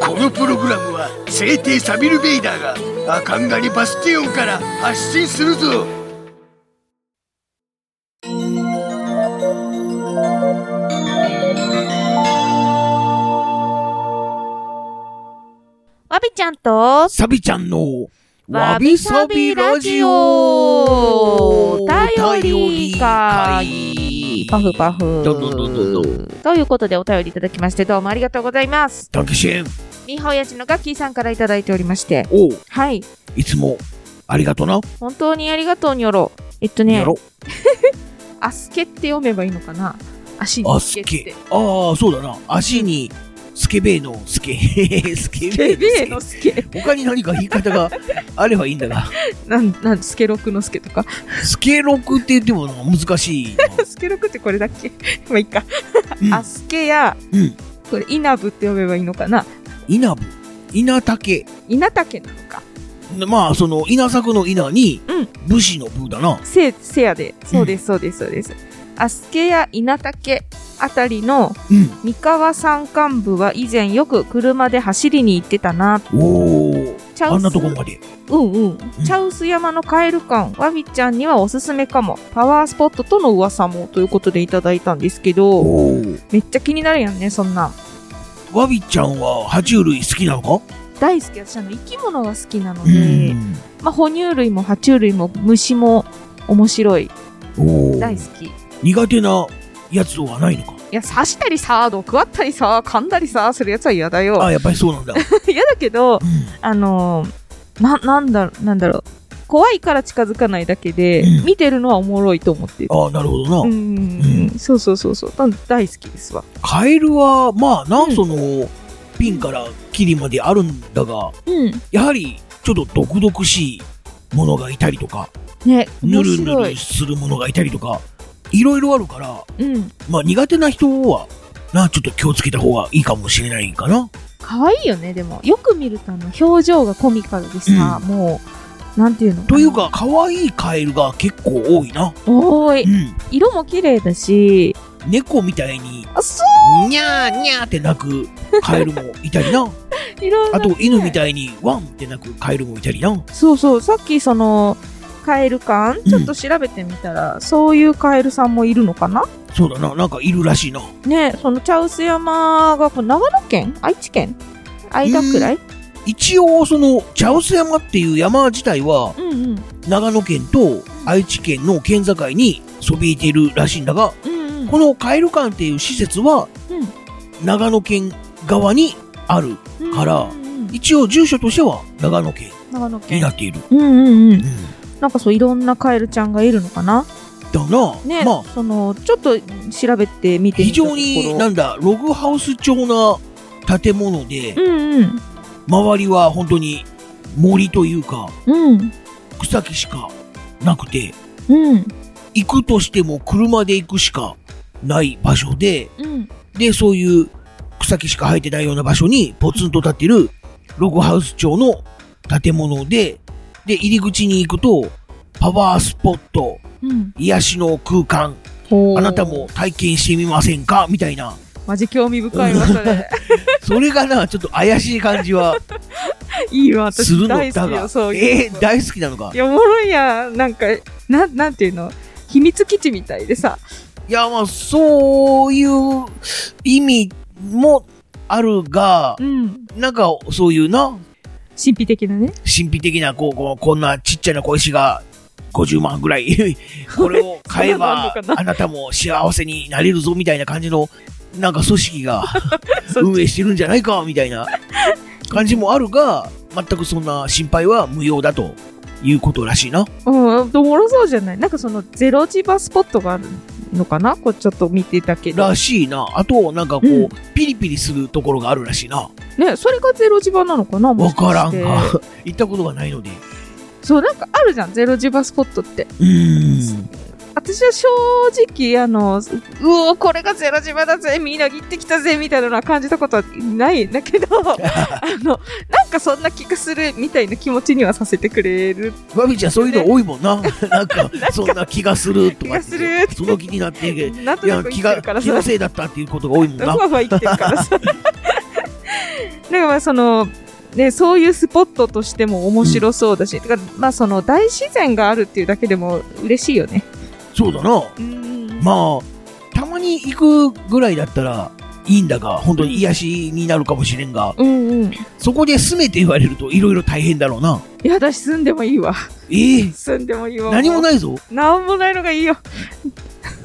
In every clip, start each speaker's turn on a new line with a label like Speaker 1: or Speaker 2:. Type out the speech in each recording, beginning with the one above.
Speaker 1: このプログラムは聖帝サビル・ベイダーがアカンガリバスティオンから発信するぞ
Speaker 2: わびちゃんと、
Speaker 3: サビちゃんの、
Speaker 2: わびさびラジオお便り
Speaker 3: 会
Speaker 2: パフパフ。
Speaker 3: どんどんどんどんどん。
Speaker 2: ということでお便りいただきまして、どうもありがとうございます。
Speaker 3: タンキシェン。
Speaker 2: みはおやじのガッキーさんからいただいておりまして。
Speaker 3: おう
Speaker 2: はい。
Speaker 3: いつも、ありがとな。
Speaker 2: 本当にありがとうにょろ。えっと
Speaker 3: や
Speaker 2: ね、
Speaker 3: ろ。
Speaker 2: アスケって読めばいいのかな足に
Speaker 3: あ、
Speaker 2: ア
Speaker 3: す
Speaker 2: スケっ
Speaker 3: け
Speaker 2: て。。
Speaker 3: ああ、そうだな。足に、スケベーの、ス ケ、スケベ
Speaker 2: てめえ
Speaker 3: ー
Speaker 2: の
Speaker 3: のス
Speaker 2: スケ。
Speaker 3: ケ。他に何か言い方があればいいんだが、
Speaker 2: なん、なん、スケロクのスケとか。
Speaker 3: スケロクって言ってもなんか難しいな。
Speaker 2: スケロクってこれだっけ まあいいか。
Speaker 3: うん
Speaker 2: アスケや、
Speaker 3: うん
Speaker 2: これ、稲部って読めばいいのかな
Speaker 3: 稲部、稲竹。
Speaker 2: 稲竹なのか。
Speaker 3: まあ、その、稲作の稲に
Speaker 2: うん、
Speaker 3: 武士の部だな。
Speaker 2: せ、せやで。そうです、そうです、そうです。アスケや稲竹あたりの
Speaker 3: うん。
Speaker 2: 三河山間部は以前よく車で走りに行ってたな。
Speaker 3: おお、
Speaker 2: チャ
Speaker 3: あ
Speaker 2: ウ
Speaker 3: ん
Speaker 2: ス
Speaker 3: なとこまで。
Speaker 2: うんうん。チャウス山のカエル館、ワビちゃんにはおすすめかも。パワースポットとの噂もということでいただいたんですけど、
Speaker 3: おお。
Speaker 2: めっちゃ気になるやんね、そんなん。
Speaker 3: ワビちゃんは爬虫類好きなのか
Speaker 2: 大好き、私あの生き物が好きなので、まあ哺乳類も爬虫類も虫も面白い。
Speaker 3: お
Speaker 2: 大
Speaker 3: ー
Speaker 2: 好き。い
Speaker 3: 苦手なやつはないのか
Speaker 2: や、刺したりさ、毒あったりさ、噛んだりさ、するやつは嫌だよ。
Speaker 3: あやっぱりそうなんだ、
Speaker 2: 嫌だけど、
Speaker 3: う
Speaker 2: あのーな、なんだろ、なんだろう。怖いから近づかないだけで、
Speaker 3: うん
Speaker 2: 見てるのはおもろいと思ってる。
Speaker 3: ん、あなるほどな、
Speaker 2: うん、そうそうそうそう。なん大好きですわ。
Speaker 3: カエルはまあな、
Speaker 2: うん
Speaker 3: そのピンからキリまであるんだが
Speaker 2: うん。
Speaker 3: やはりちょっと毒々しいものがいたりとか
Speaker 2: ね、
Speaker 3: ぬ
Speaker 2: 面
Speaker 3: るぬ
Speaker 2: 白
Speaker 3: る
Speaker 2: い。
Speaker 3: するものがいたりとかいろいろあるから
Speaker 2: うん。
Speaker 3: まあ苦手な人はなちょっと気をつけた方がいいかもしれないかな
Speaker 2: 可愛いよね、でも。よく見ると、あの、表情がコミカルでさ、もう、なんていうの
Speaker 3: という。か可愛いカエルが結構多いな、
Speaker 2: おー
Speaker 3: う
Speaker 2: い。
Speaker 3: ん、
Speaker 2: 色も綺麗だし、
Speaker 3: 猫みたいに
Speaker 2: あ、そ
Speaker 3: にゃーにゃーって鳴くカエルもいたり な
Speaker 2: う色が
Speaker 3: あと犬みたいにワンって鳴くカエルもいたりな
Speaker 2: そうそう、さっきその、カエル感ちょっと調べてみたら、そういうカエルさんもいるのかな
Speaker 3: そうだななんかいるらしいな
Speaker 2: ねその茶臼山がこれ長野県愛知県間くらい
Speaker 3: 一応その茶臼山っていう山自体は
Speaker 2: うんうん
Speaker 3: 長野県と愛知県の県境にそびえているらしいんだが
Speaker 2: うんうん
Speaker 3: このカエル館っていう施設は長野県側にある
Speaker 2: うん
Speaker 3: から
Speaker 2: うんうんうん
Speaker 3: 一応住所としては長野県
Speaker 2: 長野
Speaker 3: に
Speaker 2: 県
Speaker 3: なっている、
Speaker 2: うんうんう
Speaker 3: うんん、
Speaker 2: なんかそういろんなカエルちゃんがいるのかな
Speaker 3: だな、
Speaker 2: ね、
Speaker 3: まあ
Speaker 2: そのちょっと調べてみてみ
Speaker 3: 非
Speaker 2: たと
Speaker 3: 常
Speaker 2: ころ
Speaker 3: になんだログハウス調な建物で、
Speaker 2: うんうん
Speaker 3: 周りは本当に森というか
Speaker 2: うん
Speaker 3: 草木しかなくて
Speaker 2: うん
Speaker 3: 行くとしても車で行くしかない場所で
Speaker 2: うん
Speaker 3: でそういう草木しか生えてないような場所にポツンと立ってるログハウス町の建物でで入り口に行くとパワースポット
Speaker 2: うん
Speaker 3: 癒しの空間
Speaker 2: ほう
Speaker 3: あなたも体験してみませんかみたいな
Speaker 2: マジ興味深いわそれ
Speaker 3: それがな ちょっと怪しい感じはい
Speaker 2: いわ
Speaker 3: するの
Speaker 2: 私大好
Speaker 3: だ
Speaker 2: き
Speaker 3: が
Speaker 2: よそうい
Speaker 3: え
Speaker 2: う
Speaker 3: ー、
Speaker 2: の
Speaker 3: 大好きなのか
Speaker 2: いやおもろいやんなんかなんなんていうの秘密基地みたいでさ
Speaker 3: いや、まあ、そういう意味もあるが、
Speaker 2: うん。
Speaker 3: なんかそういうな、
Speaker 2: 神秘的なね。
Speaker 3: 神秘的なこうこうこんなちっちゃな小石が50万ぐらい これを買えば
Speaker 2: そんなのあん
Speaker 3: あな
Speaker 2: のかな
Speaker 3: たも幸せになれるぞみたいな感じのなんか組織が
Speaker 2: そっち
Speaker 3: 運営してるんじゃないかみたいな感じもあるが全くそんな心配は無用だということらしいな
Speaker 2: うん、おもろそうじゃないなんかそのゼロ磁場スポットがあるのかなこうちょっと見てたけど
Speaker 3: ら。しいなあとなんかこう、
Speaker 2: うん
Speaker 3: ピリピリするところがあるらしいな
Speaker 2: ね、それがゼロ磁場なのかなも
Speaker 3: わ
Speaker 2: しか
Speaker 3: からん
Speaker 2: して
Speaker 3: が 行ったことがないので
Speaker 2: そう、なんかあるじゃん、ゼロ磁場スポットって。
Speaker 3: うーん
Speaker 2: 私は正直、あの、うおー、これがゼロ磁場だぜ、みんな切ってきたぜ、みたいなのは感じたことはないん だけど、あの、なんかそんな気がするみたいな気持ちにはさせてくれる。
Speaker 3: バビちゃんそういうの多いもん ななんかそんな気がするとか言って
Speaker 2: 気がするって
Speaker 3: その気に なって
Speaker 2: なんと
Speaker 3: い
Speaker 2: な
Speaker 3: や
Speaker 2: く生
Speaker 3: 気
Speaker 2: きて
Speaker 3: が
Speaker 2: るから
Speaker 3: 気
Speaker 2: さ
Speaker 3: の、せいだったっていうことが多いもん
Speaker 2: ふ
Speaker 3: な。
Speaker 2: わふわ生きてるからさ。だからまあその、ね、そういうスポットとしても面白そうだし、てかまあその大自然があるっていうだけでも嬉しいよね。
Speaker 3: そうだな。
Speaker 2: うん
Speaker 3: まあたまに行くぐらいだったらいいんだが本当に癒しになるかもしれんが
Speaker 2: うんうん。い
Speaker 3: そこで住めって言われるといろいろ大変だろうな。
Speaker 2: や、私住んでもいいわ。
Speaker 3: ええ
Speaker 2: 住んでもいいわ。
Speaker 3: 何もないぞ。
Speaker 2: なんもないのがいいよ。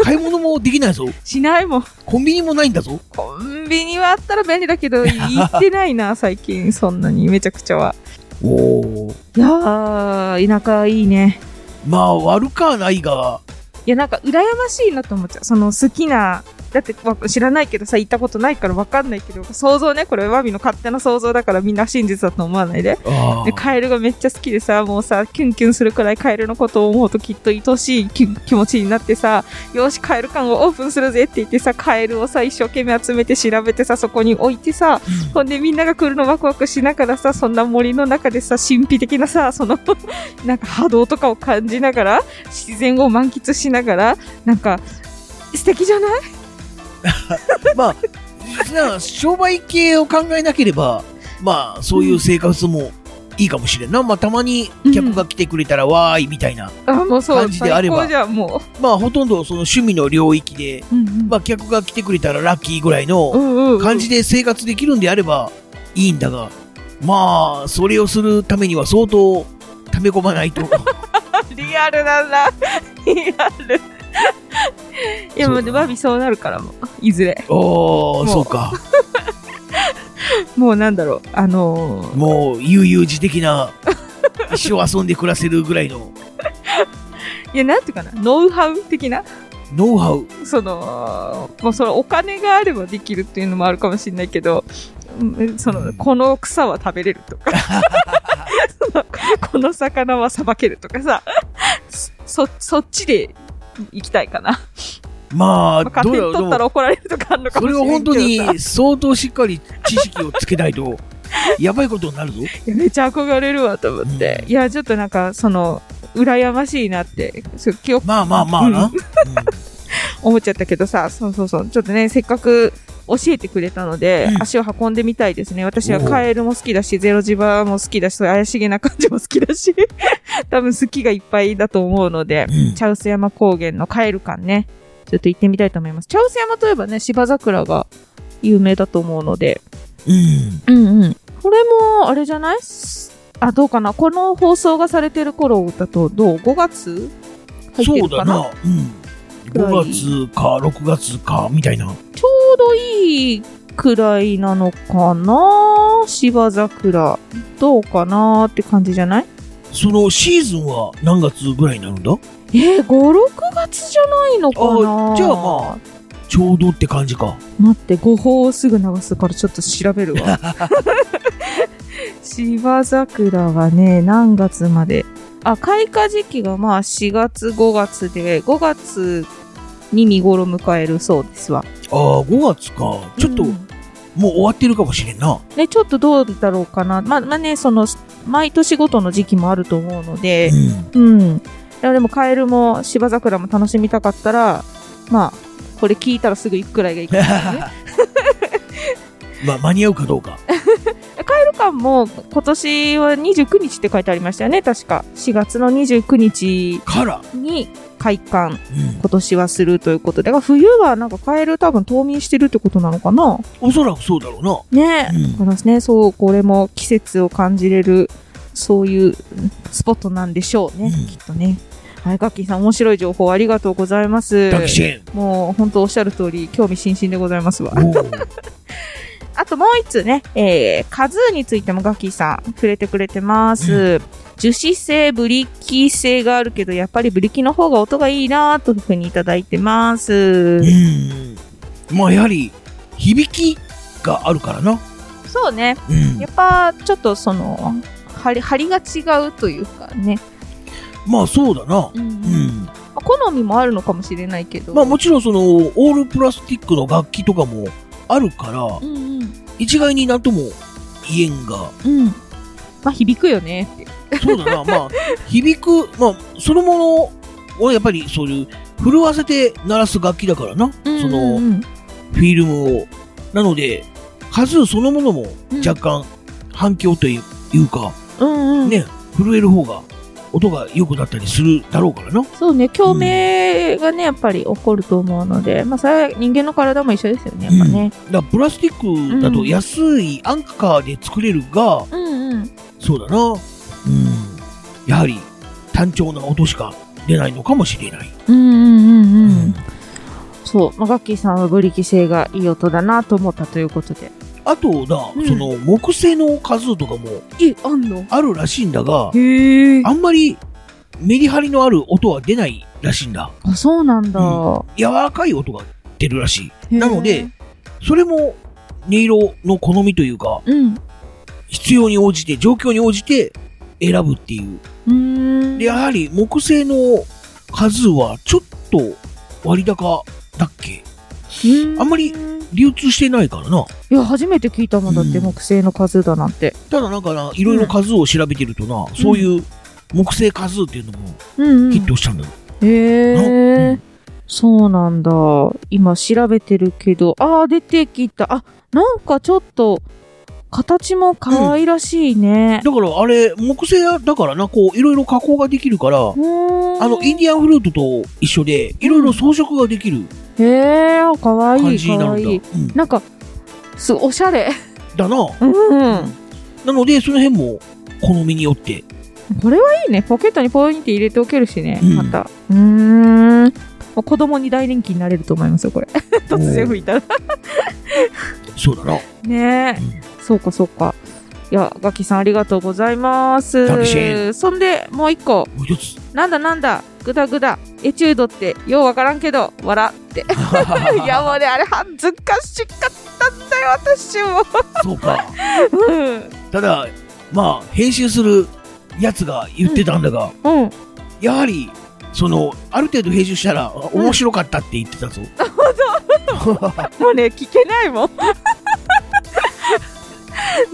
Speaker 3: 買い物もできないぞ。
Speaker 2: しないもん。
Speaker 3: コンビニもないんだぞ。
Speaker 2: コンビニはあったら便利だけ ど、行ってないな、最近。そんなに、めちゃくちゃは。
Speaker 3: おお。
Speaker 2: いやー、田舎いいね。
Speaker 3: まあ悪かはないが。
Speaker 2: いや、なんか、羨ましいなと思っちゃう。その、好きな、だって、わ知らないけどさ、行ったことないからわかんないけど、想像ね、これ、ワビの勝手な想像だから、みんな真実だと思わないで。
Speaker 3: あ
Speaker 2: でカエルがめっちゃ好きでさもうさキュンキュンするくらいカエルのことを思うときっと愛しい気気持ちになってさよしカエル館をオープンするぜって言ってさカエルをさ一生懸命集めて調べてさそこに置いてさほんでみんなが来るのワクワクしながらさそんな森の中でさ神秘的なさその なんか波動とかを感じながら自然を満喫しながらなんか素敵じゃない
Speaker 3: まあ実は商売系を考えなければまあそういう生活もいいかもしれんな。まあたまに客が来てくれたらわーいみたいな。
Speaker 2: あもうそう
Speaker 3: 感じであれ
Speaker 2: 最
Speaker 3: ば
Speaker 2: 高じゃんも
Speaker 3: まあほとんどその趣味の領域で、
Speaker 2: う、うんうん
Speaker 3: まあ客が来てくれたらラッキーぐらいの
Speaker 2: んうんうん
Speaker 3: 感じで生活できるんであればいいんだが、まあそれをするためには相当溜め込ま ないと。
Speaker 2: リアルなんだ。リアル。いや、も
Speaker 3: そう
Speaker 2: う、
Speaker 3: だな
Speaker 2: バビそうなるからもう、いずれ。
Speaker 3: おー、
Speaker 2: もう
Speaker 3: そうか。
Speaker 2: もうなんだろう、あのー
Speaker 3: もう悠々自適 な一生遊んで暮らせるぐらいの
Speaker 2: いや、なんていうかな、ノウハウ的な、
Speaker 3: ノウハウ。
Speaker 2: その、もうそのお金があればできるっていうのもあるかもしれないけど、うんその、この草は食べれる とか、そのこの魚はさばけるとかさ、そ、そっちで行きたいかな。
Speaker 3: まあ、
Speaker 2: まあ、
Speaker 3: ど
Speaker 2: 勝
Speaker 3: う
Speaker 2: 手
Speaker 3: や
Speaker 2: に
Speaker 3: ろう
Speaker 2: 取った
Speaker 3: で
Speaker 2: ら
Speaker 3: も
Speaker 2: 怒られるとかあるのか
Speaker 3: そ
Speaker 2: もし
Speaker 3: れ
Speaker 2: れな
Speaker 3: はい
Speaker 2: け
Speaker 3: 本当
Speaker 2: どさ
Speaker 3: に相当しっかり知識をつけない と、やばいことになるぞ。
Speaker 2: いやめっちゃ憧れるわと思って、
Speaker 3: うん
Speaker 2: いやちょっとなんかその羨ましいなってそう記憶
Speaker 3: まあまあまあな。
Speaker 2: う思っちゃったけどさそうそうそうちょっとねせっかく教えてくれたので、
Speaker 3: うん
Speaker 2: 足を運んでみたいですね私は
Speaker 3: おう
Speaker 2: カエルも好きだしゼロ磁場も好きだしそういう怪しげな感じも好きだし 多分好きがいっぱいだと思うので、
Speaker 3: うん
Speaker 2: 茶臼山高原のカエル館ねちょっと行ってみたいと思います茶臼山といえばね芝桜が有名だと思うので
Speaker 3: うん。
Speaker 2: うんうん。これも、あれじゃないあ、どうかなこの放送がされてる頃だと、どう ?5 月入って
Speaker 3: そう
Speaker 2: る
Speaker 3: だ
Speaker 2: かな
Speaker 3: な。うん。
Speaker 2: らい
Speaker 3: 5月か6月かみたいな。
Speaker 2: ちょうどいいくらいなのかな芝桜。どうかなって感じじゃない
Speaker 3: そのシーズンは何月ぐらいになるんだ
Speaker 2: えー、5、6月じゃないのかな
Speaker 3: あじゃあま
Speaker 2: あ。
Speaker 3: ちょうどって感じか。
Speaker 2: 待って、誤報をすぐ流すからちょっと調べるわ。 芝桜はね、何月まで。あ、開花時期がまあ4月、5月で、5月に見頃迎えるそうですわ。
Speaker 3: ああ、5月か。ちょっと、
Speaker 2: うん
Speaker 3: もう終わってるかもしれんな。
Speaker 2: ね、ちょっとどうだろうかな。まあ、まあね、その、毎年ごとの時期もあると思うので、
Speaker 3: うん。
Speaker 2: うん。でもでもカエルも芝桜も楽しみたかったら、まあ、これ聞いたらすぐ行くくらいがいいかもしれないね。
Speaker 3: まあ、間に合うかどうか。
Speaker 2: 館も今年は29日って書いてありましたよね、確か。4月の29日
Speaker 3: から、
Speaker 2: に開
Speaker 3: う
Speaker 2: 館、
Speaker 3: ん
Speaker 2: 今年はするということで、だから冬はなんかカエル多分冬眠してるってことなのかな
Speaker 3: おそらくそうだろうな。
Speaker 2: ねえ。
Speaker 3: うん
Speaker 2: だからね、そう、これも季節を感じれる、そういううんスポットなんでしょうね、
Speaker 3: うん
Speaker 2: きっとね。はい、ガッキーさん、面白い情報ありがとうございます。
Speaker 3: タキシェン。
Speaker 2: もう、本当おっしゃる通り、興味津々でございますわ。
Speaker 3: おー
Speaker 2: あともう一つね、えー、カズーについてもガキさん触れてくれてます。樹脂性、ブリキ性があるけど、やっぱりブリキの方が音がいいなというふうにいただいてます。
Speaker 3: うん。まあやはり、響きがあるからな。
Speaker 2: そうね。
Speaker 3: うん
Speaker 2: や。っぱ、ちょっとその、張り、張りが違うというかね。
Speaker 3: まあそうだな。
Speaker 2: うん
Speaker 3: うん。
Speaker 2: まあ好みもあるのかもしれないけど。
Speaker 3: まあもちろんその、オールプラスティックの楽器とかもあるから、
Speaker 2: うんうん。
Speaker 3: 一概になんとも言えんが、
Speaker 2: うん。まあ、響くよねって。
Speaker 3: そうだな、 まあ、響く、まあ、そのものをやっぱりそういう、震わせて鳴らす楽器だからな、そ
Speaker 2: うんう
Speaker 3: の
Speaker 2: んうん
Speaker 3: フィルムを。なので、数そのものも
Speaker 2: うん
Speaker 3: 若干反響という,、か、
Speaker 2: うんうん。
Speaker 3: ね、震える方が音が良くなったりするだろうからな。
Speaker 2: そうね、共鳴がね、やっぱり起こると思うので、まあ、それは人間の体も一緒ですよね、やっぱね。
Speaker 3: だからプラスチックだと安いアンカーで作れるが、
Speaker 2: うんうん。
Speaker 3: そうだな、うん、やはり単調な音しか出ないのかもしれない。
Speaker 2: うんうんうんうん。
Speaker 3: うん
Speaker 2: そう、まあ、ガッキーさんはブリキ性がいい音だなと思ったということで。
Speaker 3: あとな、
Speaker 2: うん
Speaker 3: その木製の数とかも
Speaker 2: いい、あんの
Speaker 3: あるらしいんだが、
Speaker 2: へえ。
Speaker 3: あんまりメリハリのある音は出ないらしいんだ。
Speaker 2: あ、そうなんだ。
Speaker 3: う柔らかい音が出るらし
Speaker 2: へ
Speaker 3: い。
Speaker 2: ー
Speaker 3: なので、、それも音色の好みというか、
Speaker 2: うん。う
Speaker 3: 必要に応じて、状況に応じて選ぶっていう。
Speaker 2: ーん。
Speaker 3: で、やはり木製の数はちょっと割高だっけ
Speaker 2: うん
Speaker 3: あんまり
Speaker 2: い
Speaker 3: 流通してないからな。
Speaker 2: や、初めて聞いたもんだって、
Speaker 3: うん
Speaker 2: 木製の数だなんて。
Speaker 3: ただなんかな、いろいろ数を調べてるとな、そういう木製数っていうのも
Speaker 2: うん、うん。
Speaker 3: ヒットしたんだよ。
Speaker 2: へ
Speaker 3: う
Speaker 2: え。そうなんだ。今調べてるけど、ああ、出てきた。あ、なんかちょっと、形も可愛らしいね。
Speaker 3: だからあれ、木製だからな、こう、いろいろ加工ができるから、
Speaker 2: うーん
Speaker 3: あの、インディアンフルートと一緒で、いろいろ装飾ができる
Speaker 2: へえ、かわい
Speaker 3: 感
Speaker 2: い、
Speaker 3: じ
Speaker 2: か
Speaker 3: にな
Speaker 2: わ
Speaker 3: るんだ。
Speaker 2: いい。
Speaker 3: うん
Speaker 2: なんか、すおしゃれ。
Speaker 3: だな。
Speaker 2: うん。
Speaker 3: なので、その辺も、好みによって。
Speaker 2: これはいいね。ポケットにポインって入れておけるしね、
Speaker 3: うん
Speaker 2: また。うーん。もう子供に大人気になれると思いますよ、これ。 突然吹いたら。
Speaker 3: そうだな。
Speaker 2: ねえ、そうかそうか。いや、ガキさんありがとうございま
Speaker 3: ガキシェ
Speaker 2: す。そんで、もう一個。
Speaker 3: もう一つ。
Speaker 2: なんだなんだ、グダグダ、エチュードって、ようわからんけど、笑 って。い や、もうね、あれ、恥ずかしかったんだよ、私も。
Speaker 3: そうか。
Speaker 2: うん。
Speaker 3: ただ、まあ、編集するやつが言ってたんだが、
Speaker 2: うん。
Speaker 3: やはり、その、ある程度編集したら、あ面白かったって言ってたぞ。
Speaker 2: もうね、聞けないもん。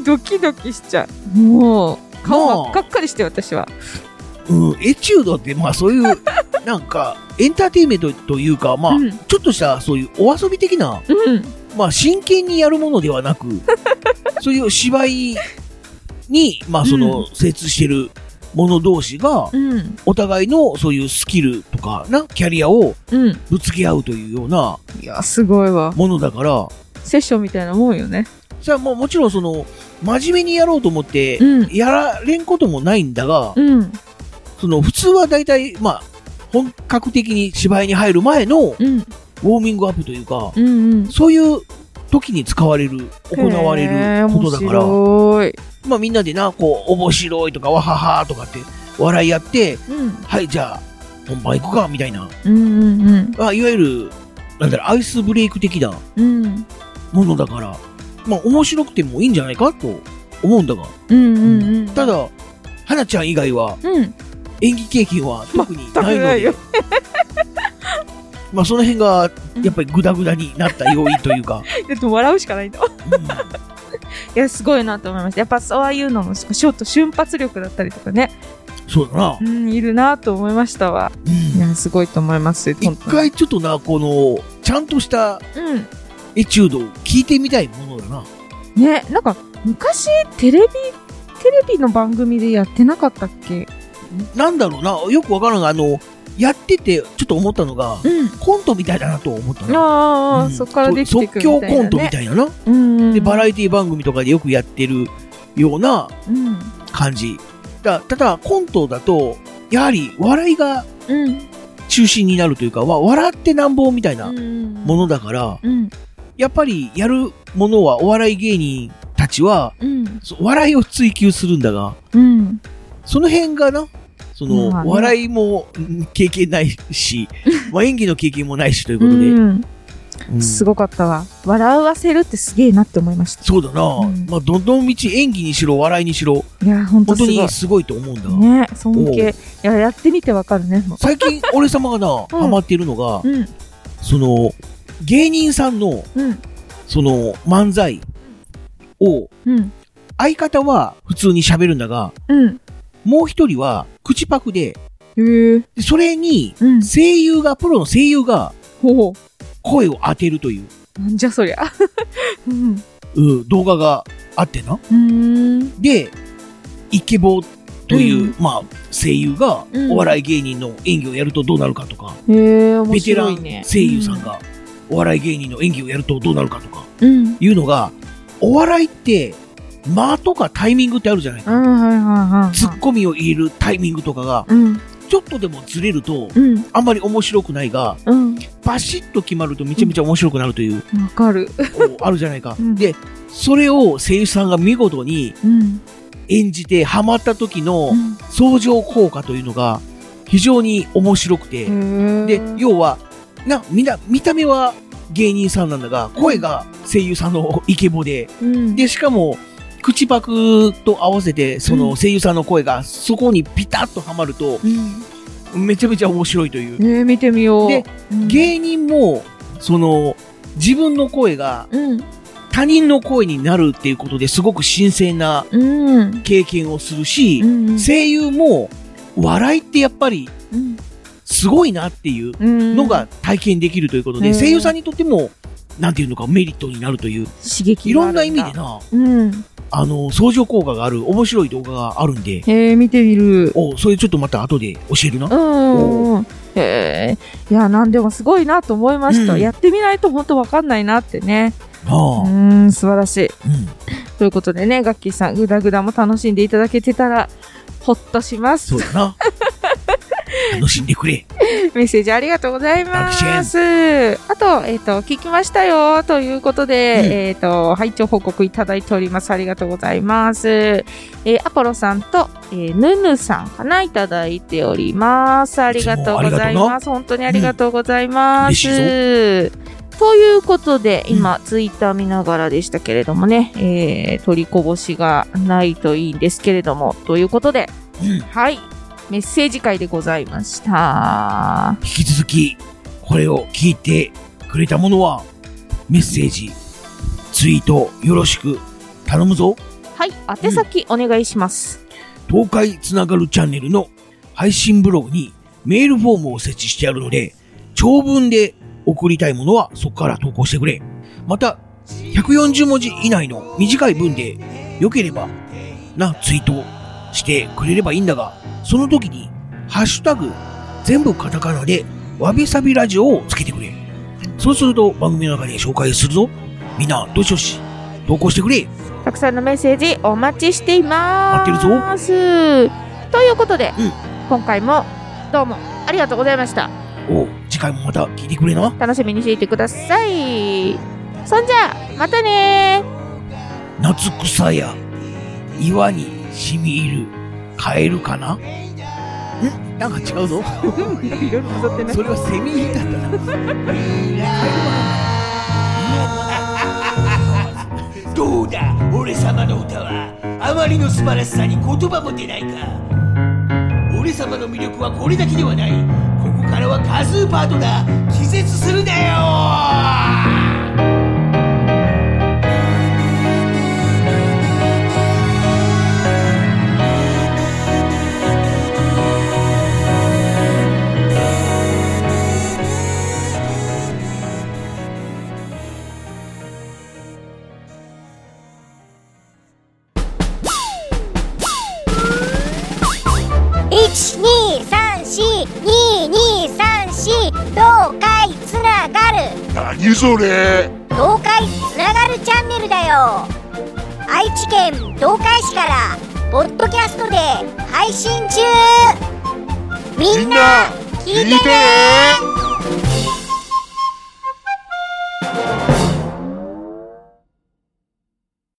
Speaker 2: ドキドキしちゃう。もう、顔真っ赤っかりして、私は。
Speaker 3: うん、エチュードって、まあそういう、なんか、エンターテインメントというか、まあ、
Speaker 2: うん
Speaker 3: ちょっとしたそういうお遊び的な、
Speaker 2: うん。
Speaker 3: まあ真剣にやるものでは なく、そういう芝居に、まあその、精通してる者同士が、
Speaker 2: うん。
Speaker 3: お互いのそういうスキルとかな、キャリアを
Speaker 2: うん。
Speaker 3: ぶつけ合うというようない
Speaker 2: や、すごいわ。
Speaker 3: ものだから、
Speaker 2: セッションみたいなもんよね。
Speaker 3: さあもうもちろんその、真面目にやろうと思って、
Speaker 2: うん。
Speaker 3: やられんこともないんだが、
Speaker 2: うん。
Speaker 3: その普通は大体、まあ、本格的に芝居に入る前の
Speaker 2: うん。
Speaker 3: ウォーミングアップというか、
Speaker 2: うん。うん。
Speaker 3: そういう時に使われる、行われることだか
Speaker 2: へー
Speaker 3: ら、
Speaker 2: 面白い。
Speaker 3: まあみんなでな、こう、面白いとか、わははとかって笑い合って、
Speaker 2: うん。
Speaker 3: はい、じゃあ、本番行くか、みたいな、
Speaker 2: うんうんうん。
Speaker 3: まあ、いわゆる、なんだろう、アイスブレイク的な
Speaker 2: うん。
Speaker 3: ものだから、まあ面白くてもいいんじゃないかと思うんだが、
Speaker 2: うんうんうん。
Speaker 3: た、だ、はなちゃん以外は
Speaker 2: うん。
Speaker 3: 演技経験は特にない
Speaker 2: 全く
Speaker 3: の
Speaker 2: ない
Speaker 3: で
Speaker 2: よ、
Speaker 3: まあその辺がやっぱりグダグダになった要因という か、
Speaker 2: でも笑うしか ないんだ。
Speaker 3: うん
Speaker 2: いや、すごいなと思いました。やっぱそういうのも、ちょっと瞬発力だったりとかね。
Speaker 3: そうだな
Speaker 2: う。ん、いるなと思いましたわ。
Speaker 3: うん
Speaker 2: いや、すごいと思います。
Speaker 3: 一回ちょっとな、この、ちゃんとした
Speaker 2: うん。
Speaker 3: エチュードを聞いてみたいものだな。
Speaker 2: ね、なんか、昔、テレビ、テレビの番組でやってなかったっけ
Speaker 3: なんだろうな、よくわからんが、あの、やっててちょっと思ったのが、
Speaker 2: うん。
Speaker 3: コントみたいだなと思ったの。
Speaker 2: ああ、
Speaker 3: うん
Speaker 2: そこからできていく
Speaker 3: 即
Speaker 2: みたいな、
Speaker 3: 興
Speaker 2: ね。
Speaker 3: コントみたいなな、
Speaker 2: うんうん。
Speaker 3: でバラ
Speaker 2: エ
Speaker 3: エティ番組とかでよくやってるような
Speaker 2: うん。
Speaker 3: 感じだただコントだとやはり笑いが
Speaker 2: うん。
Speaker 3: 中心になるというかわ笑ってなんぼみたいな
Speaker 2: うん。
Speaker 3: ものだから、
Speaker 2: うん。
Speaker 3: やっぱりやるものはお笑い芸人たちは
Speaker 2: うん。
Speaker 3: そ笑いを追求するんだが
Speaker 2: うん。
Speaker 3: その辺がなその、
Speaker 2: まあね
Speaker 3: 笑いもうん経験ない し、まあ、演技の経験もないしということで、
Speaker 2: うん。
Speaker 3: うん
Speaker 2: すごかったわ。笑わせるってすげえなって思いました。
Speaker 3: そうだな、
Speaker 2: うん
Speaker 3: まあ、どの道演技にしろ笑いにしろ
Speaker 2: いや、ほんと
Speaker 3: 本当
Speaker 2: すごい
Speaker 3: に。すごいと思うんだが、
Speaker 2: ね尊
Speaker 3: おう
Speaker 2: 敬。いや、やってみてわかるね。も
Speaker 3: 最近俺様がな、ハマっているのが
Speaker 2: ううん。
Speaker 3: その芸人さんの
Speaker 2: うん。
Speaker 3: その漫才を
Speaker 2: うん。
Speaker 3: 相方は普通に喋るんだが
Speaker 2: うん。
Speaker 3: もう一人は口パクで
Speaker 2: へえ。
Speaker 3: でそれに
Speaker 2: うん。
Speaker 3: 声優がプロの声優が
Speaker 2: ほ
Speaker 3: 声を当てるという、
Speaker 2: う。なんじゃそりゃ。うん。う
Speaker 3: うん動画があってな
Speaker 2: ーん。
Speaker 3: でイケボという、
Speaker 2: う
Speaker 3: まあ声優が
Speaker 2: うん
Speaker 3: お笑い芸人の演技をやるとどうなるかとか、
Speaker 2: へえ、面
Speaker 3: ベテラ
Speaker 2: 白い
Speaker 3: ン
Speaker 2: ね。
Speaker 3: 声優さんがお笑い芸人の演技をやるとどうなるかとか
Speaker 2: うん。うん。
Speaker 3: いうのがお笑いって間とかタイミングってあるじゃない
Speaker 2: あ
Speaker 3: か、
Speaker 2: はいはいはい
Speaker 3: ツ
Speaker 2: は
Speaker 3: ッコミを入れるタイミングとかが
Speaker 2: い。うん。
Speaker 3: ちょっとでもずれると
Speaker 2: うん。
Speaker 3: あんまり面白くないが
Speaker 2: うん。
Speaker 3: バシッと決まるとめちゃめちゃ面白くなるという、
Speaker 2: わかる。
Speaker 3: おあるじゃないか、
Speaker 2: うん
Speaker 3: でそれを声優さんが見事に
Speaker 2: うん。
Speaker 3: 演じてハマった時の
Speaker 2: うん
Speaker 3: 相乗効果というのが非常に面白くて、
Speaker 2: へえ。
Speaker 3: で要はなみんな見た目は芸人さんなんだが声が声優さんのイケボで
Speaker 2: うん。
Speaker 3: でしかも口パクと合わせてそうの
Speaker 2: ん
Speaker 3: 声優さんの声がそこにピタッとはまると
Speaker 2: うん。
Speaker 3: めちゃめちゃ面白いという、
Speaker 2: ねえ、見てみよう。
Speaker 3: で、
Speaker 2: うん、
Speaker 3: 芸人もその自分の声が
Speaker 2: うん。
Speaker 3: 他人の声になるっていうことですごく新鮮な
Speaker 2: うん。
Speaker 3: 経験をするし、
Speaker 2: うん。
Speaker 3: 声優も笑いってやっぱり
Speaker 2: うん。
Speaker 3: すごいなっていう
Speaker 2: うん。
Speaker 3: のが体験できるということで、
Speaker 2: うん
Speaker 3: 声優さんにとってもなんていうのかメリットになるという
Speaker 2: 刺激
Speaker 3: い
Speaker 2: が
Speaker 3: ろ
Speaker 2: ある
Speaker 3: んな意味で。な
Speaker 2: うん。
Speaker 3: あの相乗効果がある面白い動画があるんで
Speaker 2: へえ、見てみる。
Speaker 3: おそれちょっとまた後で教えるな、
Speaker 2: うんうん。へえ。いや、なんでもすごいなと思いました。
Speaker 3: うん
Speaker 2: やってみないと本当わかんないなってね。う
Speaker 3: あ
Speaker 2: ーん、素晴らしい。
Speaker 3: あ、うん
Speaker 2: ということでね、ガッキーさん、グダグダも楽しんでいただけてたら、ほっとしま
Speaker 3: そ
Speaker 2: す
Speaker 3: う。だ な楽しんでくれ
Speaker 2: メッセージありがとうございます。あと、えっ、と、聞きましたよ、ということで、
Speaker 3: うん
Speaker 2: えっ、と、拝聴報告いただいております。ありがとうございます。えーアポロさんと、えーヌヌさんかな、いただいております。ありがとうございます。本当にありがとうございます。
Speaker 3: うん
Speaker 2: ということで、今、ツイッター見ながらでしたけれどもね、えー取りこぼしがないといいんですけれども、ということで、
Speaker 3: うん
Speaker 2: はい、メッセージ会でございました。
Speaker 3: 引き続きこれを聞いてくれた者はメッセージツイートよろしく頼むぞ
Speaker 2: はい、宛先お願いします。
Speaker 3: 東海つながるチャンネルの配信ブログにメールフォームを設置してあるので、長文で送りたいものはそこから投稿してくれ。また、140文字以内の短い文で良ければなツイートしてくれればいいんだが、その時にハッシュタグ全部カタカナでわびさびラジオをつけてくれ。そうすると番組の中で紹介するぞ。みんな、どしどし投稿してくれ。
Speaker 2: たくさんのメッセージお待ちしています。
Speaker 3: 待
Speaker 2: ってるぞ。ということで、
Speaker 3: うん
Speaker 2: 今回もどうもありがとうございました。
Speaker 3: おう次回もまた聞いてくれな。
Speaker 2: 楽しみにしていてください。そんじゃあ、またね
Speaker 3: 夏草や岩に染み入るカエルかなんなんか違う ぞ
Speaker 2: いろいろ混ざって
Speaker 3: それはセミだった な
Speaker 4: どうだ俺様の歌はあまりの素晴らしさに言葉も出ないか俺様の魅力はこれだけではないここからはカズーパートナー気絶するなよ
Speaker 5: 1 2 3 4 2 2東海つながる
Speaker 1: 何それ
Speaker 5: 東海つながるチャンネルだよ愛知県東海市からポッドキャストで配信中みんな聞いてね